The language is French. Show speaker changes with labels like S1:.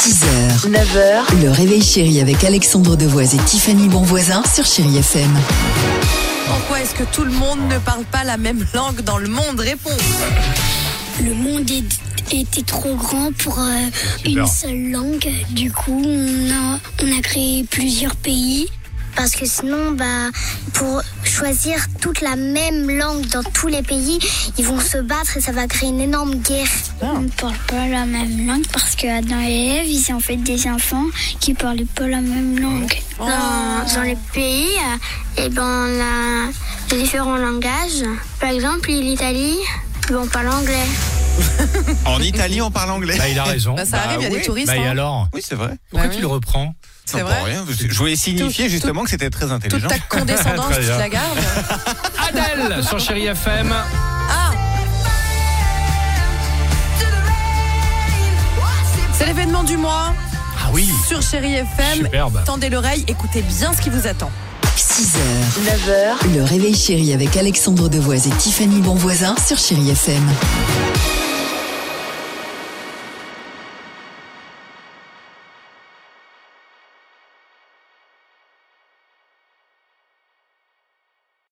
S1: 6h, 9h, le réveil chéri avec Alexandre Devoise et Tiffany Bonvoisin sur Chéri FM.
S2: Pourquoi est-ce que tout le monde ne parle pas la même langue dans le monde Réponse.
S3: Le monde est- était trop grand pour euh, une seule langue. Du coup, on a, on a créé plusieurs pays. Parce que sinon, bah, pour choisir toute la même langue dans tous les pays, ils vont se battre et ça va créer une énorme guerre. On ne parle pas la même langue parce que dans les élèves, ils ont fait des enfants qui ne parlaient pas la même langue. Dans, dans les pays, et ben, on a différents langages. Par exemple, l'Italie, on parle anglais.
S4: En Italie, on parle anglais.
S5: Bah, il a raison.
S2: Bah, ça arrive, il y a des
S5: oui.
S2: touristes,
S5: Bah, et
S2: hein.
S5: alors
S4: Oui, c'est vrai.
S5: Pourquoi
S2: Bah,
S5: tu
S2: oui.
S5: le reprends
S2: C'est
S4: Non,
S2: vrai
S4: pour rien. Je voulais signifier
S2: Tout-
S4: justement que c'était très
S2: Toute
S4: intelligent.
S2: ta condescendance,
S5: Très
S2: tu
S5: bien.
S2: la gardes
S5: Adèle sur Chéri FM.
S2: Ah C'est l'événement du mois
S5: Ah oui,
S2: sur Chéri FM.
S5: superbe.
S2: Tendez l'oreille, écoutez bien ce qui vous attend.
S1: 6h, 9h, le réveil chéri avec Alexandre Devoise et Tiffany Bonvoisin sur Chéri FM.